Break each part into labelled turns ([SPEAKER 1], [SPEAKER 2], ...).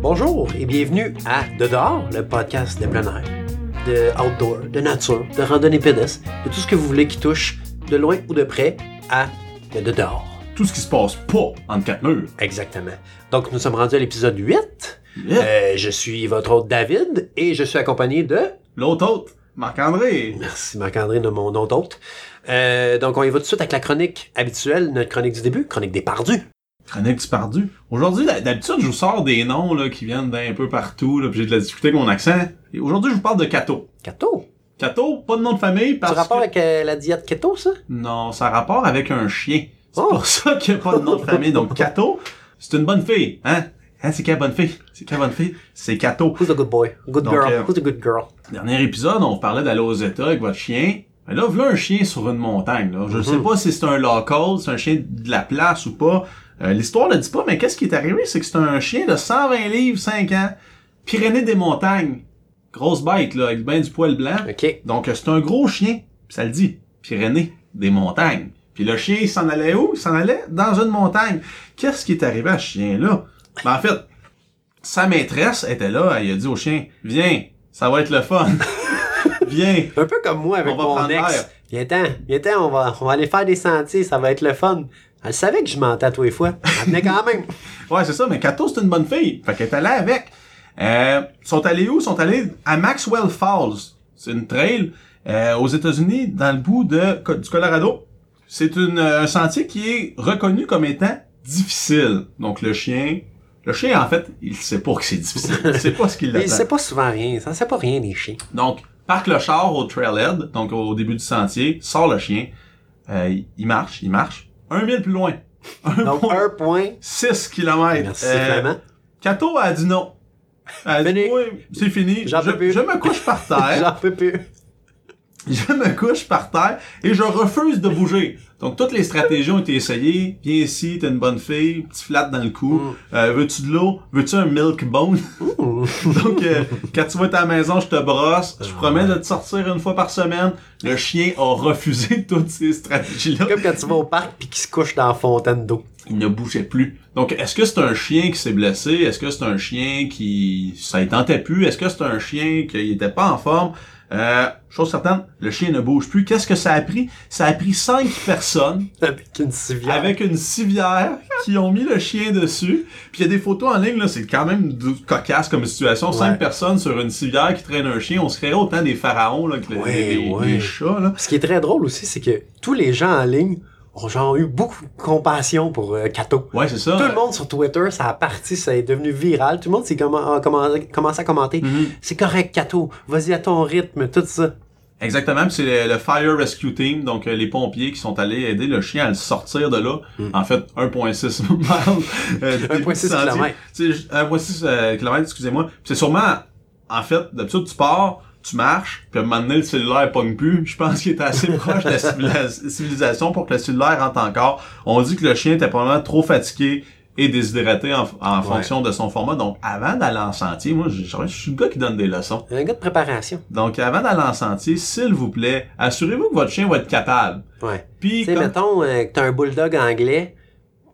[SPEAKER 1] Bonjour et bienvenue à De dehors, le podcast de plein air, de outdoor, de nature, de randonnée pédestre, de tout ce que vous voulez qui touche de loin ou de près à le De dehors.
[SPEAKER 2] Tout ce qui se passe pas entre quatre murs.
[SPEAKER 1] Exactement. Donc nous sommes rendus à l'épisode 8.
[SPEAKER 2] Ah.
[SPEAKER 1] Euh, je suis votre hôte David et je suis accompagné de...
[SPEAKER 2] L'autre hôte, Marc-André.
[SPEAKER 1] Merci Marc-André de mon nom d'hôte. Euh, donc on y va tout de suite avec la chronique habituelle, notre chronique du début, chronique des pardus.
[SPEAKER 2] Chronique du Pardu. Aujourd'hui, d'hab- d'habitude, je vous sors des noms là, qui viennent d'un peu partout, là, puis j'ai de la difficulté avec mon accent. Et aujourd'hui, je vous parle de Kato.
[SPEAKER 1] Kato,
[SPEAKER 2] Kato, pas de nom de famille
[SPEAKER 1] tu
[SPEAKER 2] parce
[SPEAKER 1] rapport
[SPEAKER 2] que...
[SPEAKER 1] avec euh, la diète keto ça?
[SPEAKER 2] Non, ça a rapport avec un chien. C'est
[SPEAKER 1] Oh.
[SPEAKER 2] pour ça qu'il n'y a pas de nom de famille. Donc, Kato, c'est une bonne fille. Hein? Hein, c'est quelle bonne fille? C'est quelle bonne fille? C'est Kato.
[SPEAKER 1] Who's the good boy? Good
[SPEAKER 2] Donc,
[SPEAKER 1] girl?
[SPEAKER 2] euh,
[SPEAKER 1] Who's the good girl?
[SPEAKER 2] Dernier épisode, on parlait d'aller aux États avec votre chien. Mais là, voilà un chien sur une montagne. Là. Je sais pas si c'est un local, c'est un chien de la place ou pas. Euh, L'histoire ne dit pas, mais qu'est-ce qui est arrivé? C'est que c'est un chien de 120 livres, 5 ans. Pyrénées des montagnes. Grosse bête, là, avec ben du poil blanc.
[SPEAKER 1] Ok.
[SPEAKER 2] Donc, euh, c'est un gros chien. Puis Ça le dit. Pyrénées des montagnes. Puis le chien, il s'en allait où? Il s'en allait dans une montagne. Qu'est-ce qui est arrivé à ce chien-là? Ben, en fait, sa maîtresse était là. Elle a dit au chien, viens, ça va être le fun. viens.
[SPEAKER 1] Un peu comme moi avec
[SPEAKER 2] On va
[SPEAKER 1] mon
[SPEAKER 2] prendre
[SPEAKER 1] ex.
[SPEAKER 2] l'air.
[SPEAKER 1] Viens-t'en, viens-t'en, on va, on va aller faire des sentiers, ça va être le fun. Elle savait que je mentais à tous les fois. Elle venait quand même.
[SPEAKER 2] Ouais, c'est ça, mais Kato, c'est une bonne fille. Fait qu'elle est allée avec. Euh, sont allés où? Sont allés à Maxwell Falls. C'est une trail euh, aux États-Unis, dans le bout de, co- du Colorado. C'est une, euh, un sentier qui est reconnu comme étant difficile. Donc le chien, le chien en fait, il sait pas que c'est difficile. Il sait pas ce qu'il
[SPEAKER 1] Mais
[SPEAKER 2] attend.
[SPEAKER 1] c'est pas souvent rien, ça sait pas rien les chiens.
[SPEAKER 2] Donc, parque le char au trailhead, donc au début du sentier, sort le chien. Euh, il- il marche, il marche. Un mille plus loin.
[SPEAKER 1] Donc un point.
[SPEAKER 2] 6 km.
[SPEAKER 1] Merci vraiment.
[SPEAKER 2] Kato a dit non. Elle a dit,
[SPEAKER 1] Fini.
[SPEAKER 2] oui, c'est fini. Je,
[SPEAKER 1] J'en peux plus.
[SPEAKER 2] je me couche par terre.
[SPEAKER 1] J'en peux plus.
[SPEAKER 2] je me couche par terre et je refuse de bouger. Donc, toutes les stratégies ont été essayées. Viens ici, t'es une bonne fille, petit flat dans le cou.
[SPEAKER 1] Mm.
[SPEAKER 2] Euh, Veux-tu de l'eau? Veux-tu un milk bone? Donc, euh, quand tu vas être à la maison, je te brosse.
[SPEAKER 1] Ah.
[SPEAKER 2] Je promets de te sortir une fois par semaine. Le chien a refusé toutes ces stratégies-là.
[SPEAKER 1] Comme quand tu vas au parc puis qu'il se couche dans la fontaine d'eau.
[SPEAKER 2] il ne bougeait plus. Donc, est-ce que c'est un chien qui s'est blessé? Est-ce que c'est un chien qui... ça ne tentait plus? Est-ce que c'est un chien qui n'était pas en forme? Euh, chose certaine, le chien ne bouge plus. Qu'est-ce que ça a pris? Ça a pris cinq personnes
[SPEAKER 1] Avec une civière.
[SPEAKER 2] avec une civière qui ont mis le chien dessus. Puis il y a des photos en ligne, là, c'est quand même du- cocasse comme situation.
[SPEAKER 1] Ouais.
[SPEAKER 2] Cinq personnes sur une civière qui traîne un chien. On se créerait autant des pharaons là, que les-
[SPEAKER 1] Ouais,
[SPEAKER 2] les, les-
[SPEAKER 1] ouais.
[SPEAKER 2] les chats. Là.
[SPEAKER 1] Ce qui est très drôle aussi, c'est que tous les gens en ligne ont genre eu beaucoup de compassion pour euh, Kato.
[SPEAKER 2] Ouais, c'est ça.
[SPEAKER 1] Tout le monde sur Twitter, ça a parti, ça est devenu viral. Tout le monde s'est commen- a commencé, commencé à commenter.
[SPEAKER 2] Mhm.
[SPEAKER 1] C'est correct, Kato. Vas-y à ton rythme, tout ça.
[SPEAKER 2] Exactement, puis c'est le, le Fire Rescue Team, donc euh, les pompiers qui sont allés aider le chien à le sortir de là. En fait, 1.6 miles. euh, du
[SPEAKER 1] 1,6
[SPEAKER 2] sentier.
[SPEAKER 1] kilomètres.
[SPEAKER 2] Tu sais, 1.6 euh, kilomètres, excusez-moi. Puis c'est sûrement, en fait, d'habitude, tu pars, tu marches, puis à un moment donné, le cellulaire pogne plus. Je pense qu'il était assez proche de la civila- civilisation pour que le cellulaire rentre encore. On dit que le chien était probablement trop fatigué et déshydraté en, en fonction de son format. Donc, avant d'aller en sentier, moi, je, je suis le gars qui donne des leçons.
[SPEAKER 1] Un gars de préparation.
[SPEAKER 2] Donc, avant d'aller en sentier, s'il vous plaît, assurez-vous que votre chien va être capable.
[SPEAKER 1] Ouais. Tu
[SPEAKER 2] Puis,
[SPEAKER 1] sais,
[SPEAKER 2] comme...
[SPEAKER 1] mettons euh, que t'as un bulldog anglais,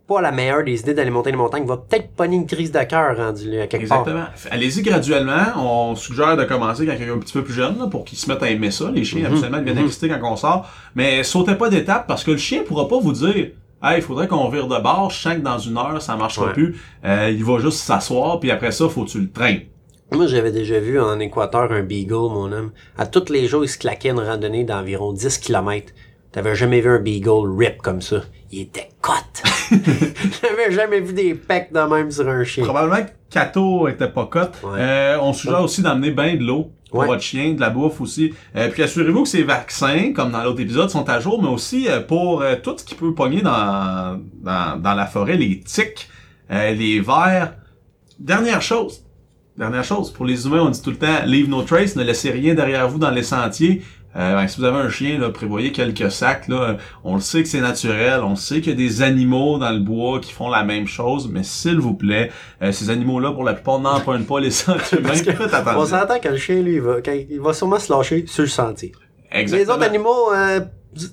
[SPEAKER 1] pas la meilleure des idées d'aller monter les montagnes, va peut-être pogner une crise de cœur rendu là, à quelque part.
[SPEAKER 2] Exactement. Allez-y graduellement. On suggère de commencer quand il est un petit peu plus jeune, là, pour qu'ils se mettent à aimer ça. Les chiens, habituellement, deviennent excités quand on sort. Mais sautez pas d'étape parce que le chien pourra pas vous dire Hey, il faudrait qu'on vire de bord, je sens que dans une heure, ça marchera
[SPEAKER 1] Ouais.
[SPEAKER 2] plus. Euh, il va juste s'asseoir, puis après ça, faut que tu le traînes.
[SPEAKER 1] Moi, j'avais déjà vu en Équateur un beagle, mon homme. À tous les jours, il se claquait une randonnée d'environ 10 km. T'avais jamais vu un beagle rip comme ça. Il était cote. J'avais jamais vu des pecs de même sur un chien.
[SPEAKER 2] Probablement que Kato était pas cote.
[SPEAKER 1] Ouais.
[SPEAKER 2] Euh, on suggère aussi d'amener bien de l'eau pour
[SPEAKER 1] Ouais.
[SPEAKER 2] votre chien, de la bouffe aussi. Euh, puis assurez-vous que ces vaccins, comme dans l'autre épisode, sont à jour, mais aussi euh, pour euh, tout ce qui peut pogner dans, dans, dans la forêt, les tiques, euh, les vers. Dernière chose, dernière chose, pour les humains, on dit tout le temps, leave no trace, ne laissez rien derrière vous dans les sentiers. Euh, ben, si vous avez un chien, là, prévoyez quelques sacs. Là, Euh, on le sait que c'est naturel, on sait qu'il y a des animaux dans le bois qui font la même chose, mais s'il vous plaît, euh, ces animaux-là, pour la plupart, n'empruntent pas les sentiers humains.
[SPEAKER 1] Parce que
[SPEAKER 2] Faites attention.
[SPEAKER 1] On s'entend que le chien, lui, il va, quand il va sûrement se lâcher sur le sentier. Les
[SPEAKER 2] Exactement.
[SPEAKER 1] autres animaux, euh,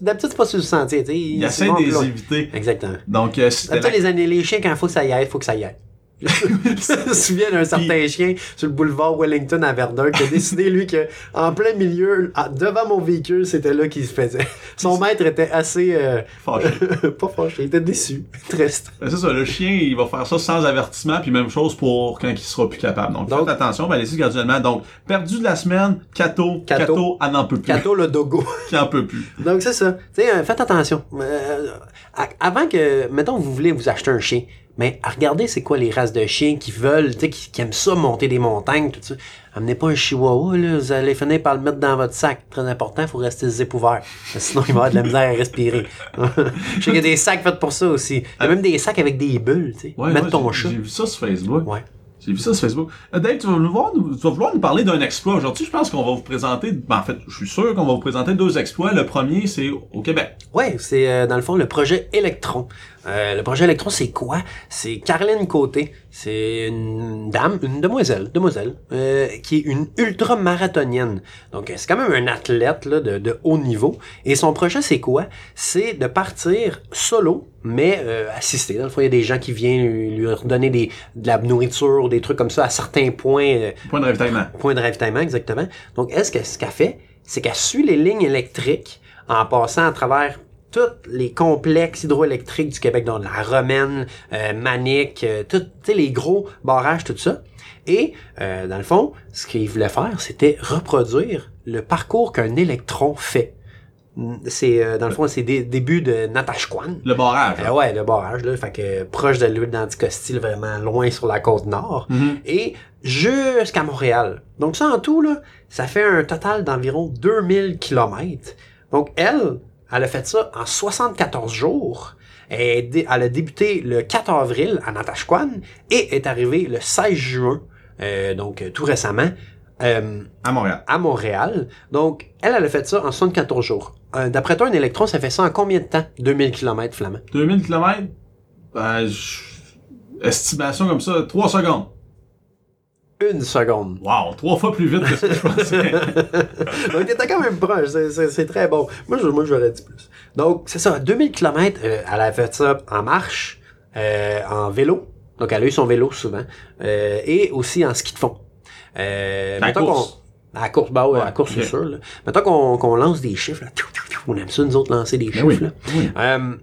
[SPEAKER 1] d'habitude, c'est pas sur le sentier. tu sais,
[SPEAKER 2] Ils
[SPEAKER 1] c'est
[SPEAKER 2] essaient
[SPEAKER 1] bon
[SPEAKER 2] de
[SPEAKER 1] plus
[SPEAKER 2] les
[SPEAKER 1] loin.
[SPEAKER 2] éviter.
[SPEAKER 1] Exactement.
[SPEAKER 2] Donc, euh, c'était la-
[SPEAKER 1] D'habitude, les, années- les chiens, quand il faut que ça y aille, il faut que ça y aille. je me souviens d'un certain chien sur le boulevard Wellington à Verdun qui a décidé, lui, que en plein milieu, à- devant mon véhicule, c'était là qu'il se faisait. Son maître était assez... euh,
[SPEAKER 2] Fâché.
[SPEAKER 1] pas fâché, il était déçu, triste.
[SPEAKER 2] Ben, C'est ça, le chien, il va faire ça sans avertissement, puis même chose pour quand il sera plus capable. Donc,
[SPEAKER 1] Donc-
[SPEAKER 2] faites attention, ben, laissez graduellement. Donc, perdu de la semaine, Kato,
[SPEAKER 1] Kato.
[SPEAKER 2] Kato, elle n'en peut plus.
[SPEAKER 1] Cato le dogo.
[SPEAKER 2] Qui en peut plus.
[SPEAKER 1] Donc, c'est ça. Tu sais, euh, faites attention. Euh, à- avant que, mettons, vous voulez vous acheter un chien, mais regardez c'est quoi les races de chiens qui veulent, tu sais, qui, qui aiment ça, monter des montagnes, tout ça. Amenez pas un chihuahua, là, vous allez finir par le mettre dans votre sac. Très important, il faut rester zip ouvert. Sinon, il va avoir de la misère à respirer. Je sais qu'il y a des sacs faits pour ça aussi. Il y a même des sacs avec des bulles, tu sais.
[SPEAKER 2] Euh, Ouais,
[SPEAKER 1] Mettre
[SPEAKER 2] ouais,
[SPEAKER 1] ton
[SPEAKER 2] j'ai-
[SPEAKER 1] chat.
[SPEAKER 2] J'ai vu ça sur Facebook.
[SPEAKER 1] Ouais.
[SPEAKER 2] J'ai vu ça sur Facebook. Euh, Dave, tu vas, nous voir, nous- tu vas vouloir nous parler d'un exploit. Aujourd'hui, je pense qu'on va vous présenter, ben, en fait, je suis sûr qu'on va vous présenter deux exploits. Le premier, c'est au Québec.
[SPEAKER 1] Ouais, c'est euh, dans le fond le projet Electron. Euh, le projet Electron, c'est quoi? C'est Caroline Côté. C'est une dame, une demoiselle, demoiselle, euh, qui est une ultra-marathonienne. Donc, euh, c'est quand même un athlète là, de, de haut niveau. Et son projet, c'est quoi? C'est de partir solo, mais euh, assisté. Dans le fond, il y a des gens qui viennent lui, lui redonner des, de la nourriture ou des trucs comme ça à certains points euh,
[SPEAKER 2] Point de ravitaillement.
[SPEAKER 1] Point de ravitaillement, exactement. Donc, elle, ce que- ce qu'elle fait, c'est qu'elle suit les lignes électriques en passant à travers tous les complexes hydroélectriques du Québec, donc la Romaine, euh, Manic, euh, tout- tu sais, les gros barrages, tout ça. Et, euh, dans le fond, ce qu'ils voulaient faire, c'était reproduire le parcours qu'un électron fait. Mm, C'est, euh, dans le fond, c'est des débuts de Natashquan.
[SPEAKER 2] Le barrage.
[SPEAKER 1] Euh, ouais, le barrage, là, fait que euh, proche de l'île d'Anticosti, vraiment loin sur la côte nord
[SPEAKER 2] Mhm.
[SPEAKER 1] et jusqu'à Montréal. Donc ça en tout, là, ça fait un total d'environ 2000 km. Donc elle, elle a fait ça en 74 jours. Elle, a dé- elle a débuté le 4 avril à Natashquan et est arrivée le 16 juin, euh, donc euh, tout récemment, euh,
[SPEAKER 2] À Montréal.
[SPEAKER 1] à Montréal. Donc elle, elle a fait ça en 74 jours. Euh, D'après toi, un électron, ça fait ça en combien de temps? 2000 km, Flamand.
[SPEAKER 2] 2000 km? Ben, je- estimation comme ça, 3 secondes.
[SPEAKER 1] Une seconde.
[SPEAKER 2] Wow, trois fois plus vite que ce que je pensais.
[SPEAKER 1] Donc, t'étais quand même proche. C'est, c'est- c'est très bon. Moi, je- moi, j'aurais dit plus. Donc, c'est ça. 2000 km, euh, elle a fait ça en marche, euh, en vélo. Donc, elle a eu son vélo souvent. euh, et aussi en ski de fond. Euh,
[SPEAKER 2] La
[SPEAKER 1] mettons
[SPEAKER 2] course.
[SPEAKER 1] qu'on- À la course, bah ouais, à la
[SPEAKER 2] Ouais,
[SPEAKER 1] course,
[SPEAKER 2] ok.
[SPEAKER 1] c'est sûr. Là. Mettons qu'on, qu'on lance des chiffres. Là. On aime ça, nous autres, lancer des
[SPEAKER 2] Ben
[SPEAKER 1] chiffres.
[SPEAKER 2] oui.
[SPEAKER 1] là.
[SPEAKER 2] oui.
[SPEAKER 1] Euh,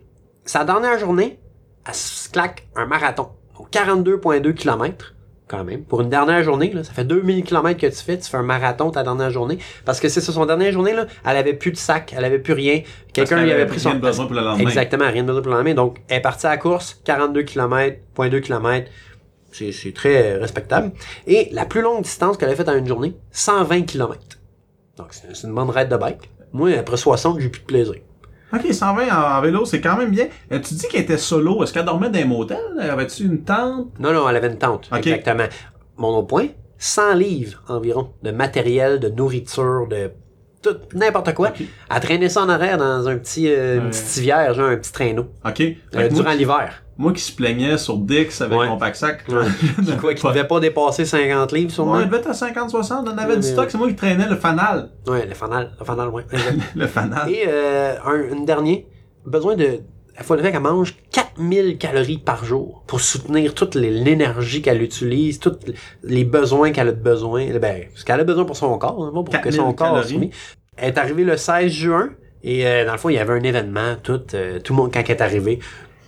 [SPEAKER 1] sa dernière journée, elle se claque un marathon. Donc 42,2 km, quand même. Pour une dernière journée, là, ça fait 2000 km que tu fais, tu fais un marathon ta dernière journée. Parce que c'est ça, son dernière journée, là, elle avait plus de sac, elle avait plus rien. Quelqu'un lui avait pris son...
[SPEAKER 2] rien de besoin pour le lendemain.
[SPEAKER 1] Exactement, rien de besoin pour le lendemain. Donc, elle est partie à la course, 42 km, 0.2 km. C'est c'est très euh, respectable. Et la plus longue distance qu'elle a faite en une journée, 120 km. Donc, c'est c'est une bonne ride de bike. Moi, après 60, j'ai plus de plaisir.
[SPEAKER 2] Ok, 120 en, en vélo, c'est quand même bien. Euh, tu dis qu'elle était solo. Est-ce qu'elle dormait dans un motel? Avais-tu une tente?
[SPEAKER 1] Non, non, elle avait une tente.
[SPEAKER 2] Ok.
[SPEAKER 1] Exactement. Mon autre point, 100 livres environ de matériel, de nourriture, de tout, n'importe quoi.
[SPEAKER 2] Ok.
[SPEAKER 1] Elle traînait ça en arrière dans un petit, euh, une
[SPEAKER 2] Ouais.
[SPEAKER 1] petite rivière, genre un petit traîneau,
[SPEAKER 2] Ok.
[SPEAKER 1] euh,
[SPEAKER 2] Fait que
[SPEAKER 1] durant
[SPEAKER 2] moi,
[SPEAKER 1] l'hiver.
[SPEAKER 2] moi qui se plaignais sur Dix avec
[SPEAKER 1] Ouais.
[SPEAKER 2] mon pack-sac.
[SPEAKER 1] Ouais. Quoi, qui ne devait pas dépasser 50 livres, sûrement.
[SPEAKER 2] On
[SPEAKER 1] Ouais,
[SPEAKER 2] devait être à 50-60, on avait
[SPEAKER 1] Ouais,
[SPEAKER 2] du
[SPEAKER 1] mais-
[SPEAKER 2] stock, c'est moi qui traînais le fanal.
[SPEAKER 1] le fanal, le fanal, ouais. exact.
[SPEAKER 2] Le fanal.
[SPEAKER 1] Et euh, un, une dernière, besoin de... Il faudrait qu'elle mange 4000 calories par jour pour soutenir toute les- l'énergie qu'elle utilise, tous les besoins qu'elle a de besoin, ben, ce qu'elle a besoin pour son corps, dans le fond, pour que
[SPEAKER 2] 4000
[SPEAKER 1] son corps
[SPEAKER 2] calories.
[SPEAKER 1] soit mis. Elle est arrivée le 16 juin et euh, dans le fond, il y avait un événement, tout, euh, tout le monde quand elle est arrivée.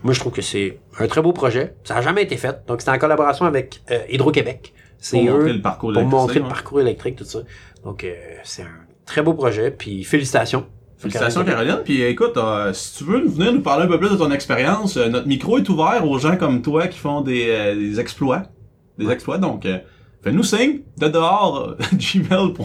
[SPEAKER 1] Moi, je trouve que c'est un très beau projet. Ça n'a jamais été fait. Donc, c'est en collaboration avec euh, Hydro-Québec.
[SPEAKER 2] Pour
[SPEAKER 1] C'est
[SPEAKER 2] montrer
[SPEAKER 1] eux
[SPEAKER 2] le parcours
[SPEAKER 1] pour
[SPEAKER 2] d'électricité,
[SPEAKER 1] montrer le
[SPEAKER 2] ouais.
[SPEAKER 1] parcours électrique, tout ça. Donc, euh, c'est un très beau projet. Puis, félicitations.
[SPEAKER 2] Félicitations Caroline, puis euh, écoute, euh, si tu veux nous- venir nous parler un peu plus de ton expérience, euh, notre micro est ouvert aux gens comme toi qui font des, euh, des exploits, des exploits, donc euh, fais-nous signe, de dehors, euh, gmail.com,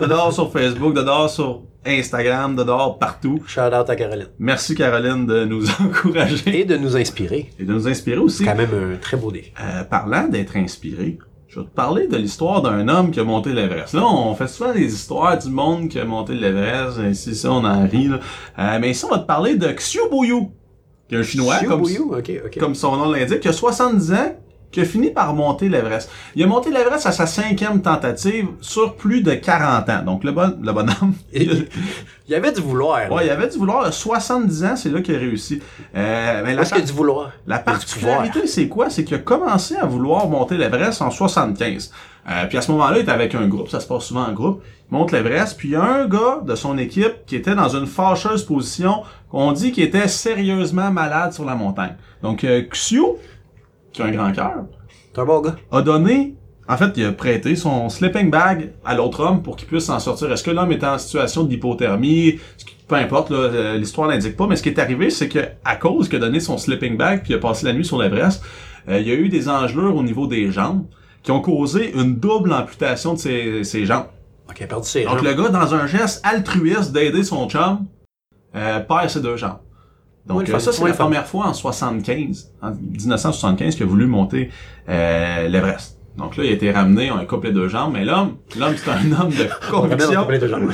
[SPEAKER 2] de dehors sur Facebook, de dehors sur Instagram, de dehors partout.
[SPEAKER 1] Shout out à Caroline.
[SPEAKER 2] Merci Caroline de nous encourager
[SPEAKER 1] Et de nous inspirer.
[SPEAKER 2] et de nous inspirer aussi.
[SPEAKER 1] C'est quand même un très beau défi.
[SPEAKER 2] Euh, parlant d'être inspiré, je vais te parler de l'histoire d'un homme qui a monté l'Everest. Là, on fait souvent des histoires du monde qui a monté l'Everest, et si ça, on en rit. là. Euh, mais ici, on va te parler de Xiu Boyu, qui est un Chinois,
[SPEAKER 1] Xiu
[SPEAKER 2] comme,
[SPEAKER 1] Bouyou, ok, ok.
[SPEAKER 2] comme son nom l'indique, qui a 70 ans, qui a fini par monter l'Everest. Il a monté l'Everest à sa cinquième tentative sur plus de 40 ans. Donc, le, bon, le bonhomme... il a-
[SPEAKER 1] Il y avait du vouloir. là.
[SPEAKER 2] ouais, il avait du vouloir. à 70 ans, c'est là qu'il a réussi. Euh, mais
[SPEAKER 1] Où
[SPEAKER 2] la,
[SPEAKER 1] est-ce qu'il y a du vouloir?
[SPEAKER 2] la particularité, c'est quoi? C'est qu'il a commencé à vouloir monter l'Everest en 75. Euh, puis à ce moment-là, il était avec un groupe, ça se passe souvent en groupe. Il monte l'Everest, puis il y a un gars de son équipe qui était dans une fâcheuse position, qu'on dit qu'il était sérieusement malade sur la montagne. Donc, euh, Xio, qui a un grand cœur,
[SPEAKER 1] T'es un bon gars.
[SPEAKER 2] a donné, en fait, il a prêté son sleeping bag à l'autre homme pour qu'il puisse s'en sortir. Est-ce que l'homme était en situation d'hypothermie? Ce qui- Peu importe, là, euh, l'histoire l'indique pas, mais ce qui est arrivé, c'est que à cause qu'il a donné son sleeping bag puis il a passé la nuit sur l'Everest, euh, il y a eu des engelures au niveau des jambes qui ont causé une double amputation de ses, ses jambes.
[SPEAKER 1] Ok, il a perdu ses
[SPEAKER 2] Donc
[SPEAKER 1] jambes.
[SPEAKER 2] le gars, dans un geste altruiste d'aider son chum, euh, perd ses deux jambes.
[SPEAKER 1] Moins
[SPEAKER 2] Donc
[SPEAKER 1] le
[SPEAKER 2] euh,
[SPEAKER 1] fun,
[SPEAKER 2] ça, c'est
[SPEAKER 1] moins
[SPEAKER 2] la
[SPEAKER 1] le fun.
[SPEAKER 2] première fois en 75, en 1975, qu'il a voulu monter euh, l'Everest. Donc là, il a été ramené, on a coupé les deux jambes, mais l'homme, l'homme, c'est un homme de
[SPEAKER 1] On ramène- on
[SPEAKER 2] conviction.
[SPEAKER 1] ramène les deux jambes.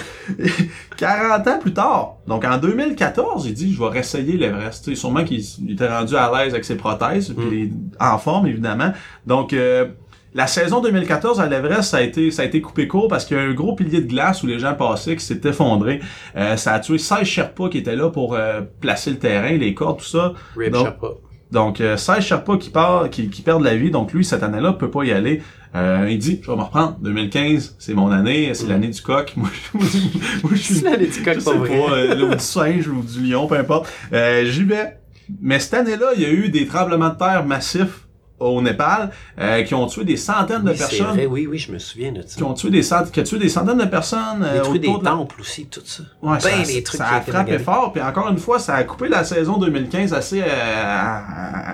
[SPEAKER 2] 40 ans plus tard, donc en 2014, il dit je vais réessayer l'Everest. Tu sais, Sûrement qu'il s- il était rendu à l'aise avec ses
[SPEAKER 1] Mm.
[SPEAKER 2] prothèses, puis il est en forme évidemment. Donc euh, la saison 2014 à l'Everest, ça a été ça a été coupé court parce qu'il y a un gros pilier de glace où les gens passaient qui s'est effondré. Euh, ça a tué 16 Sherpas qui étaient là pour euh, placer le terrain, les cordes, tout ça.
[SPEAKER 1] Rip,
[SPEAKER 2] Donc,
[SPEAKER 1] Sherpa.
[SPEAKER 2] Donc, euh, 16 Sherpas qui, part, qui, qui perdent la vie. Donc, lui, cette année-là, peut pas y aller. Euh, il dit, je vais me reprendre. 2015, c'est mon année. C'est l'année du coq. Moi, je, moi, je- moi, je suis...
[SPEAKER 1] Mm. C'est l'année du coq,
[SPEAKER 2] je
[SPEAKER 1] pas
[SPEAKER 2] sais
[SPEAKER 1] vrai.
[SPEAKER 2] pas, euh, là, ou du singe ou du lion, peu importe. Euh, J'y vais. Mais cette année-là, il y a eu des tremblements de terre massifs au Népal euh, qui ont tué des centaines de
[SPEAKER 1] Oui, c'est
[SPEAKER 2] personnes.
[SPEAKER 1] vrai, oui, oui, je me souviens de ça.
[SPEAKER 2] Qui ont tué des centaines, qui a tué des centaines de personnes euh,
[SPEAKER 1] Détruit des
[SPEAKER 2] autour de la
[SPEAKER 1] temples aussi, tout ça.
[SPEAKER 2] Ouais,
[SPEAKER 1] ben
[SPEAKER 2] ça,
[SPEAKER 1] des trucs
[SPEAKER 2] ça
[SPEAKER 1] qui ont
[SPEAKER 2] a
[SPEAKER 1] été
[SPEAKER 2] frappé
[SPEAKER 1] regardés.
[SPEAKER 2] fort. Puis encore une fois, ça a coupé la saison 2015 assez, euh,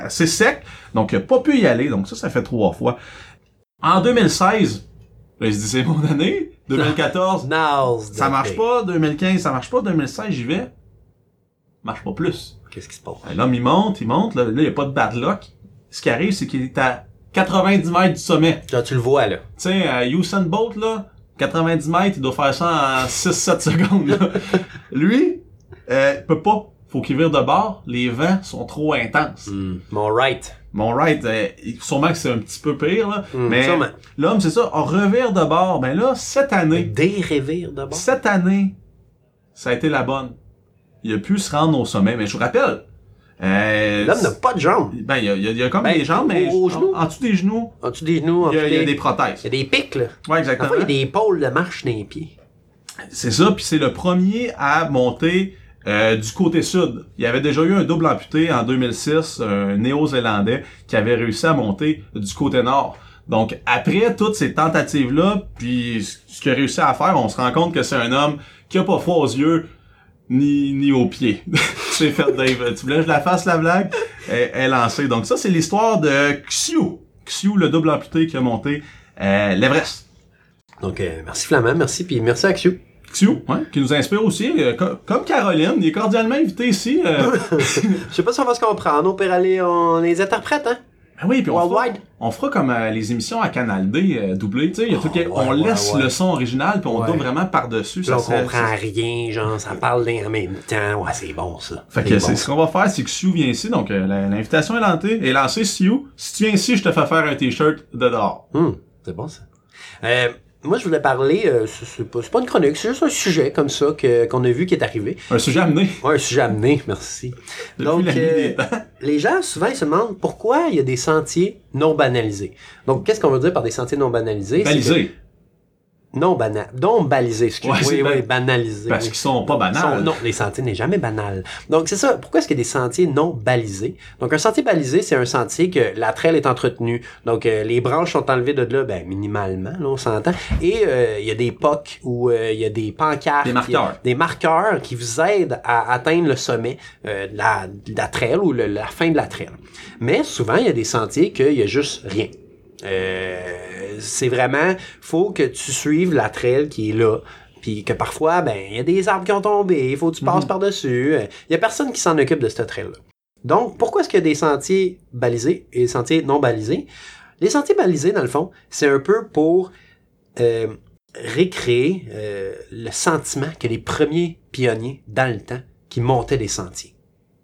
[SPEAKER 2] assez sec. Donc, il a pas pu y aller. Donc, ça, ça fait trois fois. En 2016, là, il se dit, c'est mon année. 2014,
[SPEAKER 1] Now's the
[SPEAKER 2] ça marche
[SPEAKER 1] day.
[SPEAKER 2] pas. 2015, ça marche pas. 2016, j'y vais. Marche pas plus.
[SPEAKER 1] Qu'est-ce qui se passe?
[SPEAKER 2] Euh, L'homme, il monte, il monte. Là, là, il n'y a pas de bad luck. Ce qui arrive, c'est qu'il est à 90 mètres du sommet.
[SPEAKER 1] Là, tu le vois, là.
[SPEAKER 2] Tu sais, euh, Usain Bolt, là, 90 mètres, il doit faire ça en 6-7 secondes. là. Lui, euh, peut pas. Faut qu'il vire de bord. Les vents sont trop intenses.
[SPEAKER 1] Mm. Mon right.
[SPEAKER 2] Mon right, euh, sûrement que c'est un petit peu pire, là.
[SPEAKER 1] Mm,
[SPEAKER 2] mais
[SPEAKER 1] sûrement.
[SPEAKER 2] l'homme, c'est ça, on revire de bord. Ben là, cette année,
[SPEAKER 1] Dérévire d'abord.
[SPEAKER 2] cette année, ça a été la bonne. Il a pu se rendre au sommet. Mais je vous rappelle, euh,
[SPEAKER 1] L'homme n'a pas de jambes.
[SPEAKER 2] ben, il y a, il y a- il y a comme
[SPEAKER 1] Ben,
[SPEAKER 2] des jambes, mais
[SPEAKER 1] aux
[SPEAKER 2] en-
[SPEAKER 1] genoux.
[SPEAKER 2] en dessous des genoux,
[SPEAKER 1] En dessous des genoux,
[SPEAKER 2] il y a, il y a des
[SPEAKER 1] des...
[SPEAKER 2] prothèses.
[SPEAKER 1] il y a des pics, là.
[SPEAKER 2] Ouais,
[SPEAKER 1] Enfin,
[SPEAKER 2] exactement.
[SPEAKER 1] il y a des pôles de marche dans les pieds.
[SPEAKER 2] C'est ça, puis c'est le premier à monter euh, du côté sud. Il y avait déjà eu un double amputé en 2006, un néo-zélandais qui avait réussi à monter du côté nord. Donc après toutes ces tentatives là, puis ce- ce qu'il a réussi à faire, on se rend compte que c'est un homme qui a pas froid aux yeux ni ni aux pieds. c'est fait Dave, tu voulais que je la fasse la blague Elle est lancée. Donc ça c'est l'histoire de Xiu. Xiu le double amputé qui a monté euh, l'Everest.
[SPEAKER 1] Donc, euh, merci Flamand, merci, puis merci Axio.
[SPEAKER 2] Xiu, ouais, qui nous inspire aussi, euh, co- comme Caroline, il est cordialement invité ici. euh.
[SPEAKER 1] Je sais pas si on va se comprendre, on peut aller, on les interprète, hein?
[SPEAKER 2] Ben oui, puis on, fera-
[SPEAKER 1] Worldwide.
[SPEAKER 2] on fera comme euh, les émissions à Canal D euh, doublées, tu sais, il y a tout
[SPEAKER 1] Oh,
[SPEAKER 2] qui-
[SPEAKER 1] ouais,
[SPEAKER 2] on
[SPEAKER 1] ouais,
[SPEAKER 2] laisse
[SPEAKER 1] ouais.
[SPEAKER 2] le son original puis on
[SPEAKER 1] Ouais.
[SPEAKER 2] double vraiment par dessus.
[SPEAKER 1] Puis là, on
[SPEAKER 2] serait-
[SPEAKER 1] comprend rien, genre, ça parle d'un en même temps. Ouais, c'est bon, ça.
[SPEAKER 2] Fait que
[SPEAKER 1] C'est
[SPEAKER 2] c'est
[SPEAKER 1] bon.
[SPEAKER 2] ce qu'on va faire, c'est que Xiu vient ici, donc euh, la- l'invitation est lancée. Est lancée, Xiu. Si tu viens ici, je te fais faire un t-shirt de dehors.
[SPEAKER 1] Hum, c'est bon, ça. Euh, moi, je voulais parler, euh, c'est- c'est pas, c'est pas une chronique, c'est juste un sujet comme ça que- qu'on a vu qui est arrivé.
[SPEAKER 2] Un sujet amené
[SPEAKER 1] Ouais, un sujet amené, merci.
[SPEAKER 2] depuis
[SPEAKER 1] Donc,
[SPEAKER 2] la nuit
[SPEAKER 1] euh,
[SPEAKER 2] des temps.
[SPEAKER 1] les gens, souvent, ils se demandent pourquoi il y a des sentiers non banalisés. Donc, qu'est-ce qu'on veut dire par des sentiers non banalisés? C'est que-
[SPEAKER 2] Balisé.
[SPEAKER 1] Non, bana... non balisés, excusez-moi.
[SPEAKER 2] Ouais, c'est
[SPEAKER 1] oui,
[SPEAKER 2] ba-
[SPEAKER 1] oui, banalisés.
[SPEAKER 2] Parce
[SPEAKER 1] oui.
[SPEAKER 2] qu'ils sont pas
[SPEAKER 1] Sont-
[SPEAKER 2] banals.
[SPEAKER 1] non, les sentiers n'est jamais banal. Donc, c'est ça. Pourquoi est-ce qu'il y a des sentiers non balisés? Donc, un sentier balisé, c'est un sentier que la traîne est entretenue. Donc, euh, les branches sont enlevées de là, ben, minimalement, là, on s'entend. Et euh, il y a des POC ou euh, il y a des pancartes.
[SPEAKER 2] Des marqueurs.
[SPEAKER 1] il y a Des marqueurs qui vous aident à atteindre le sommet euh, de, la, de la traîne ou le- la fin de la traîne. Mais souvent, il y a des sentiers qu'il y a juste rien. Euh, c'est vraiment, faut que tu suives la trail qui est là. Puis que parfois, ben, il y a des arbres qui ont tombé, il faut que tu passes par-dessus. Euh, Il y a personne qui s'en occupe de cette trail-là. Donc, pourquoi est-ce qu'il y a des sentiers balisés et des sentiers non balisés? Les sentiers balisés, dans le fond, c'est un peu pour euh, récréer euh, le sentiment que les premiers pionniers, dans le temps, qui montaient des sentiers.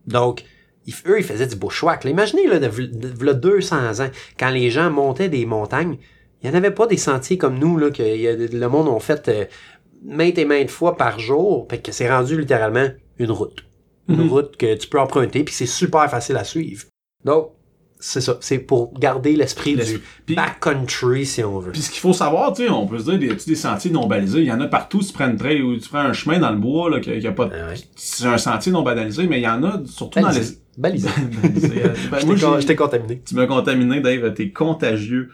[SPEAKER 1] Donc, ils- eux, ils faisaient du bushwhack. là. Imaginez, là, de, v'l- de v'là 200 ans, quand les gens montaient des montagnes, il n'y en avait pas des sentiers comme nous, là, que il y a- le monde ont fait euh, maintes et maintes fois par jour, fait que c'est rendu littéralement une route. Une
[SPEAKER 2] Mhm.
[SPEAKER 1] route que tu peux emprunter, puis c'est super facile à suivre. Donc, c'est ça, c'est pour garder l'esprit
[SPEAKER 2] L'esprit.
[SPEAKER 1] du
[SPEAKER 2] Puis-
[SPEAKER 1] backcountry, si on veut.
[SPEAKER 2] Puis ce qu'il faut savoir, tu sais, on peut se dire, des, des sentiers non balisés, il y en a partout, tu prends une trail ou tu prends un chemin dans le bois, là, qu'il n'y a pas de-
[SPEAKER 1] Ah ouais.
[SPEAKER 2] C'est un sentier non banalisé, mais il y en a surtout dans les...
[SPEAKER 1] Balisé. Balisé.
[SPEAKER 2] Balisé, euh, ben,
[SPEAKER 1] Je
[SPEAKER 2] moi,
[SPEAKER 1] t'ai con-
[SPEAKER 2] j'ai-
[SPEAKER 1] je t'ai contaminé.
[SPEAKER 2] Tu m'as contaminé, Dave, t'es contagieux.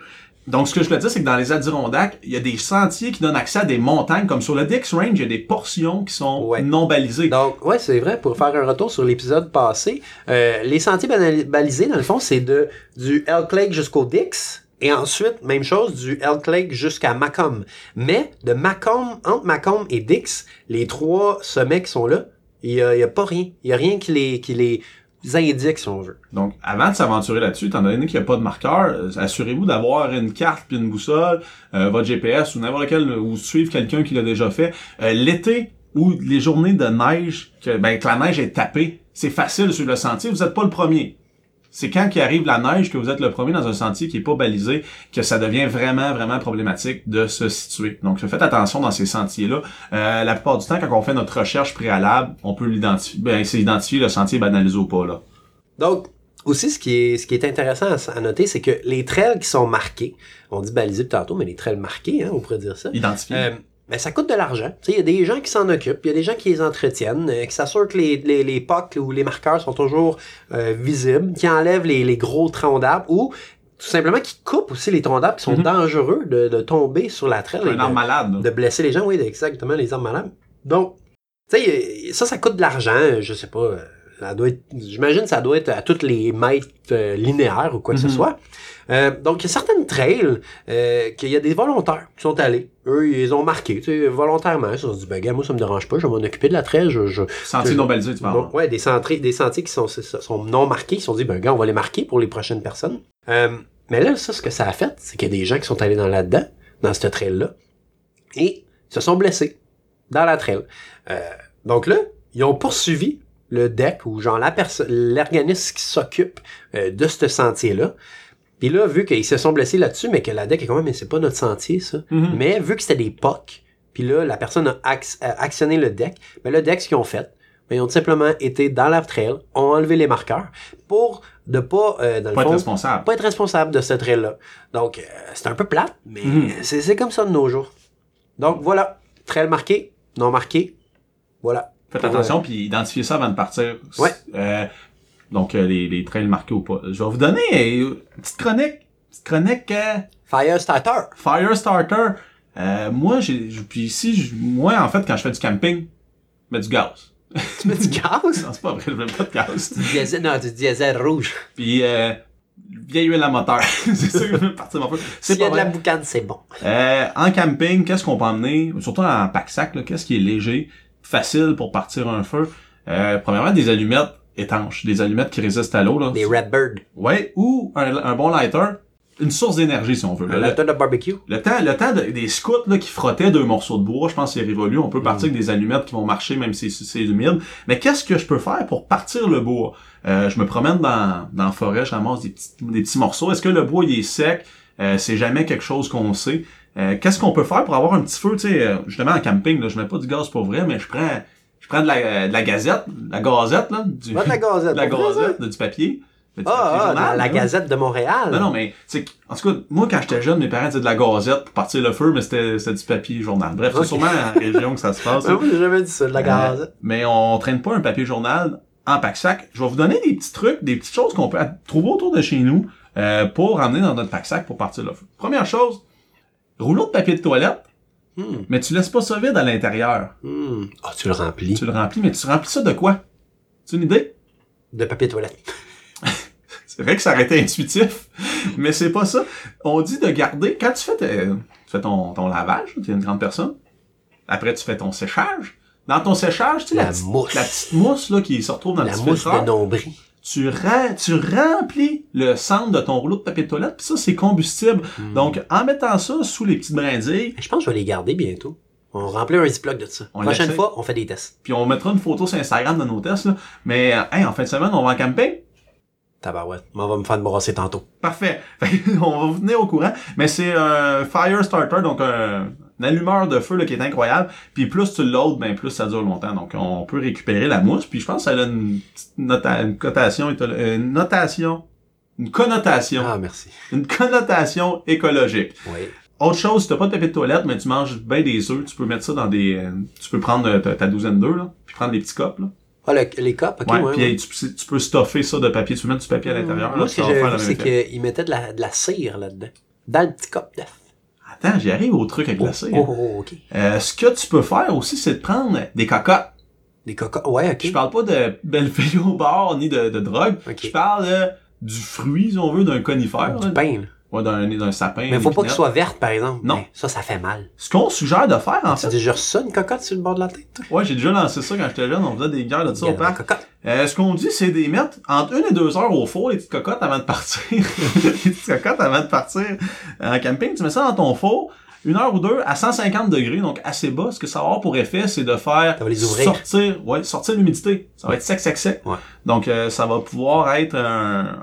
[SPEAKER 2] Donc, ce que je voulais dire, c'est que dans les Adirondacks, il y a des sentiers qui donnent accès à des montagnes, comme sur le Dix Range, il y a des portions qui sont
[SPEAKER 1] Ouais.
[SPEAKER 2] non balisées.
[SPEAKER 1] Donc, ouais, c'est vrai. Pour faire un retour sur l'épisode passé, euh, les sentiers banali- balisés, dans le fond, c'est de du Elk Lake jusqu'au Dix. Et ensuite, même chose, du Elk Lake jusqu'à Macomb. Mais de Macomb, entre Macomb et Dix, les trois sommets qui sont là, il n'y a, il y a pas rien. Il n'y a rien qui les, qui les indique, si on veut.
[SPEAKER 2] Donc, avant de s'aventurer là-dessus, étant donné qu'il n'y a pas de marqueur, euh, assurez-vous d'avoir une carte puis une boussole, euh, votre GPS ou n'importe quel, ou suivre quelqu'un qui l'a déjà fait. Euh, L'été ou les journées de neige, que, ben, que la neige est tapée, c'est facile sur le sentier, vous n'êtes pas le premier. C'est quand qu'il arrive la neige que vous êtes le premier dans un sentier qui est pas balisé que ça devient vraiment, vraiment problématique de se situer. Donc, faites attention dans ces sentiers-là. Euh, la plupart du temps, quand on fait notre recherche préalable, on peut l'identifier, ben, c'est identifier le sentier banalisé ou pas, là.
[SPEAKER 1] Donc, aussi, ce qui est, ce qui est intéressant à, s- à noter, c'est que les trails qui sont marqués, on dit balisés depuis tantôt, mais les trails marqués, hein, on pourrait dire ça.
[SPEAKER 2] Identifier.
[SPEAKER 1] Euh, ben, ça coûte de l'argent. Tu sais, Il y a des gens qui s'en occupent, il y a des gens qui les entretiennent, euh, qui s'assurent que les, les, les POC ou les marqueurs sont toujours euh, visibles, qui enlèvent les, les gros troncs d'arbres ou tout simplement qui coupent aussi les troncs d'arbres qui sont
[SPEAKER 2] Mhm.
[SPEAKER 1] dangereux de, de tomber sur la traîne.
[SPEAKER 2] un arme malade. là.
[SPEAKER 1] de blesser les gens, oui, exactement, les armes malades. Donc, tu sais, euh, ça, ça coûte de l'argent, euh, je sais pas, euh, ça doit être, j'imagine que ça doit être à toutes les mètres euh, linéaires ou quoi que
[SPEAKER 2] Mhm.
[SPEAKER 1] ce soit. Euh, donc, il y a certaines trails euh, qu'il y a des volontaires qui sont allés. Eux, ils les ont marqués, tu sais, volontairement. Ils se sont dit, ben, gars, moi, ça me dérange pas, je vais m'en occuper de la trail, je, je-
[SPEAKER 2] Sentier
[SPEAKER 1] Que-
[SPEAKER 2] non balisé, tu parles.
[SPEAKER 1] donc, ouais, des sentiers, des sentiers qui sont, c'est ça, sont non marqués, qui se sont dit, ben, gars, on va les marquer pour les prochaines personnes. Euh, mais là, ça, ce que ça a fait, c'est qu'il y a des gens qui sont allés dans là-dedans, dans cette trail-là, et se sont blessés dans la trail. Euh, donc là, ils ont poursuivi le deck ou genre la perso- l'organisme qui s'occupe euh, de ce sentier-là. Puis là, vu qu'ils se sont blessés là-dessus, mais que la deck est quand même, mais c'est pas notre sentier, ça.
[SPEAKER 2] Mhm.
[SPEAKER 1] Mais vu que c'était des POC, puis là, la personne a, ax- a actionné le deck, mais le deck, ce qu'ils ont fait, ben, ils ont tout simplement été dans la trail, ont enlevé les marqueurs pour ne pas, euh, dans le
[SPEAKER 2] Pas être
[SPEAKER 1] fond,
[SPEAKER 2] responsable.
[SPEAKER 1] pas être responsable de cette trail-là. Donc, euh, c'est un peu plate, mais
[SPEAKER 2] Mhm.
[SPEAKER 1] c'est c'est comme ça de nos jours. Donc, voilà. Trail marqué, non marqué, voilà.
[SPEAKER 2] Faites
[SPEAKER 1] Ouais.
[SPEAKER 2] attention, puis identifiez ça avant de partir.
[SPEAKER 1] Ouais.
[SPEAKER 2] Euh, donc, euh, les, les trails marqués ou pas. Je vais vous donner euh, une petite chronique. Petite chronique euh,
[SPEAKER 1] Fire starter.
[SPEAKER 2] Firestarter. Euh, moi, j'ai, j- puis ici, j- moi, en fait, quand je fais du camping, je mets du gaz.
[SPEAKER 1] Tu mets du gaz?
[SPEAKER 2] Non, c'est pas vrai, je mets pas de gaz.
[SPEAKER 1] Du diesel, non, du diesel rouge.
[SPEAKER 2] Puis, euh, vieille huile à moteur. c'est ça que je veux partir mon feu. C'est
[SPEAKER 1] S'il y
[SPEAKER 2] pas
[SPEAKER 1] a de la
[SPEAKER 2] vrai.
[SPEAKER 1] boucane, c'est bon.
[SPEAKER 2] Euh, en camping, qu'est-ce qu'on peut emmener? Surtout en pack-sac, là, qu'est-ce qui est léger, facile pour partir un feu? Euh, premièrement, des allumettes étanches, des allumettes qui résistent à l'eau. Là.
[SPEAKER 1] Des Redbird.
[SPEAKER 2] Ouais, ou un, un bon lighter, une source d'énergie si on veut.
[SPEAKER 1] Un
[SPEAKER 2] Le-
[SPEAKER 1] latin de barbecue.
[SPEAKER 2] le temps, le temps de- des scouts là, qui frottaient deux morceaux de bois, je pense que c'est révolu. On peut partir avec des allumettes qui vont marcher même si c'est c'est humide. Mais qu'est-ce que je peux faire pour partir le bois? Euh, je me promène dans, dans la forêt, je ramasse des petits, des petits morceaux. Est-ce que le bois il est sec? Euh, c'est jamais quelque chose qu'on sait. Euh, qu'est-ce qu'on peut faire pour avoir un petit feu? Tu sais, euh, justement en camping, là, je mets pas du gaz pour vrai, mais je prends je prends de la, euh, de la gazette, la gazette, là, du,
[SPEAKER 1] Va de la gazette.
[SPEAKER 2] de la
[SPEAKER 1] Pour vrai, ça?
[SPEAKER 2] gazette, du papier. du papier
[SPEAKER 1] Ah, ah,
[SPEAKER 2] journal,
[SPEAKER 1] dans la
[SPEAKER 2] là.
[SPEAKER 1] Gazette de Montréal.
[SPEAKER 2] Non, non, mais, tu sais, en tout cas, moi, quand j'étais jeune, mes parents disaient de la gazette pour partir le feu, mais c'était c'était du papier journal. Bref,
[SPEAKER 1] Ok.
[SPEAKER 2] c'est sûrement en région que ça se passe.
[SPEAKER 1] Ah oui, j'ai jamais dit ça, de la
[SPEAKER 2] Euh,
[SPEAKER 1] Gazette.
[SPEAKER 2] mais on traîne pas un papier journal en pack-sac. Je vais vous donner des petits trucs, des petites choses qu'on peut a- trouver autour de chez nous euh, pour ramener dans notre pack-sac pour partir le feu. Première chose, rouleau de papier de toilette,
[SPEAKER 1] Hmm,
[SPEAKER 2] mais tu laisses pas ça vide à l'intérieur.
[SPEAKER 1] hmm. Ah, tu le remplis.
[SPEAKER 2] Tu le remplis, mais tu remplis ça de quoi? C'est une idée?
[SPEAKER 1] De papier toilette.
[SPEAKER 2] C'est vrai que ça aurait été intuitif, mais c'est pas ça. On dit de garder, quand tu fais, tes- tu fais ton, ton lavage, tu es une grande personne, après tu fais ton séchage. Dans ton séchage, tu sais, la,
[SPEAKER 1] La
[SPEAKER 2] petite-
[SPEAKER 1] mousse.
[SPEAKER 2] la petite mousse là, qui se retrouve dans le
[SPEAKER 1] la
[SPEAKER 2] petit
[SPEAKER 1] mousse
[SPEAKER 2] filtreur,
[SPEAKER 1] de nombril.
[SPEAKER 2] tu, rem- tu remplis le centre de ton rouleau de papier de toilette, puis ça, c'est combustible.
[SPEAKER 1] Hmm.
[SPEAKER 2] Donc, en mettant ça sous les petites brindilles,
[SPEAKER 1] Je pense que je vais les garder bientôt. On remplit un ziploc de ça.
[SPEAKER 2] On
[SPEAKER 1] Prochaine
[SPEAKER 2] l'essaie.
[SPEAKER 1] fois, on fait des tests.
[SPEAKER 2] puis on mettra une photo sur Instagram de nos tests, là. mais euh, hey, en fin de semaine, on va en camping,
[SPEAKER 1] Tabarouette. Moi, on va me faire brasser tantôt.
[SPEAKER 2] Parfait. Fait que On va vous tenir au courant. Mais c'est un fire starter, donc un, un allumeur de feu là, qui est incroyable. Puis plus tu l'audes, ben plus ça dure longtemps. Donc on peut récupérer la mousse. Puis je pense qu'elle a une petite nota- une cotation, éto- euh, une notation, une connotation,
[SPEAKER 1] Ah, merci.
[SPEAKER 2] une connotation écologique.
[SPEAKER 1] Oui.
[SPEAKER 2] Autre chose, si t'as pas de papier de toilette, mais tu manges bien des œufs, tu peux mettre ça dans des, euh, tu peux prendre euh, ta, ta douzaine d'œufs là, puis prendre des petits copes là.
[SPEAKER 1] Ah, le- les copes, ok,
[SPEAKER 2] ouais,
[SPEAKER 1] ouais,
[SPEAKER 2] puis
[SPEAKER 1] ouais.
[SPEAKER 2] hey, Tu, tu peux stuffer ça de papier, tu peux mettre du papier à l'intérieur. là,
[SPEAKER 1] Moi, ce
[SPEAKER 2] ça
[SPEAKER 1] que
[SPEAKER 2] va faire
[SPEAKER 1] j'avais
[SPEAKER 2] le
[SPEAKER 1] vu,
[SPEAKER 2] même
[SPEAKER 1] c'est
[SPEAKER 2] effet.
[SPEAKER 1] qu'ils mettaient de la, de la cire là-dedans. Dans le petit cop d'œuf.
[SPEAKER 2] Attends, j'y arrive au truc à glacer.
[SPEAKER 1] Oh, oh, oh, ok.
[SPEAKER 2] Euh, ce que tu peux faire aussi, c'est de prendre des cocottes.
[SPEAKER 1] Des cocos. Ouais, ok.
[SPEAKER 2] Je parle pas de belle fille au bar ni de, de drogue.
[SPEAKER 1] Ok.
[SPEAKER 2] Je parle euh, du fruit, si on veut, d'un conifère.
[SPEAKER 1] Du
[SPEAKER 2] là.
[SPEAKER 1] pain, là.
[SPEAKER 2] Ouais, d'un, d'un sapin.
[SPEAKER 1] Mais faut
[SPEAKER 2] d'une
[SPEAKER 1] pas qu'il
[SPEAKER 2] pinette.
[SPEAKER 1] soit verte, par exemple.
[SPEAKER 2] Non.
[SPEAKER 1] Ben, ça, ça fait mal.
[SPEAKER 2] Ce qu'on suggère de faire, en
[SPEAKER 1] Tu as
[SPEAKER 2] fait.
[SPEAKER 1] déjà reçu ça, une cocotte sur le bord de la tête, toi?
[SPEAKER 2] Ouais, j'ai déjà lancé ça quand j'étais jeune. On faisait des guerres de ça au
[SPEAKER 1] Regarde, la
[SPEAKER 2] parc.
[SPEAKER 1] cocotte.
[SPEAKER 2] Euh, ce qu'on dit, c'est des mettre entre une et deux heures au four, les petites cocottes avant de partir. les petites cocottes avant de partir euh, en camping. Tu mets ça dans ton four, une heure ou deux, à 150 degrés, donc assez bas. Ce que ça va avoir pour effet, c'est de faire
[SPEAKER 1] Ça va les ouvrir.
[SPEAKER 2] sortir, ouais, sortir l'humidité. Ça va être sec, sec, sec.
[SPEAKER 1] Ouais.
[SPEAKER 2] Donc, euh, ça va pouvoir être un,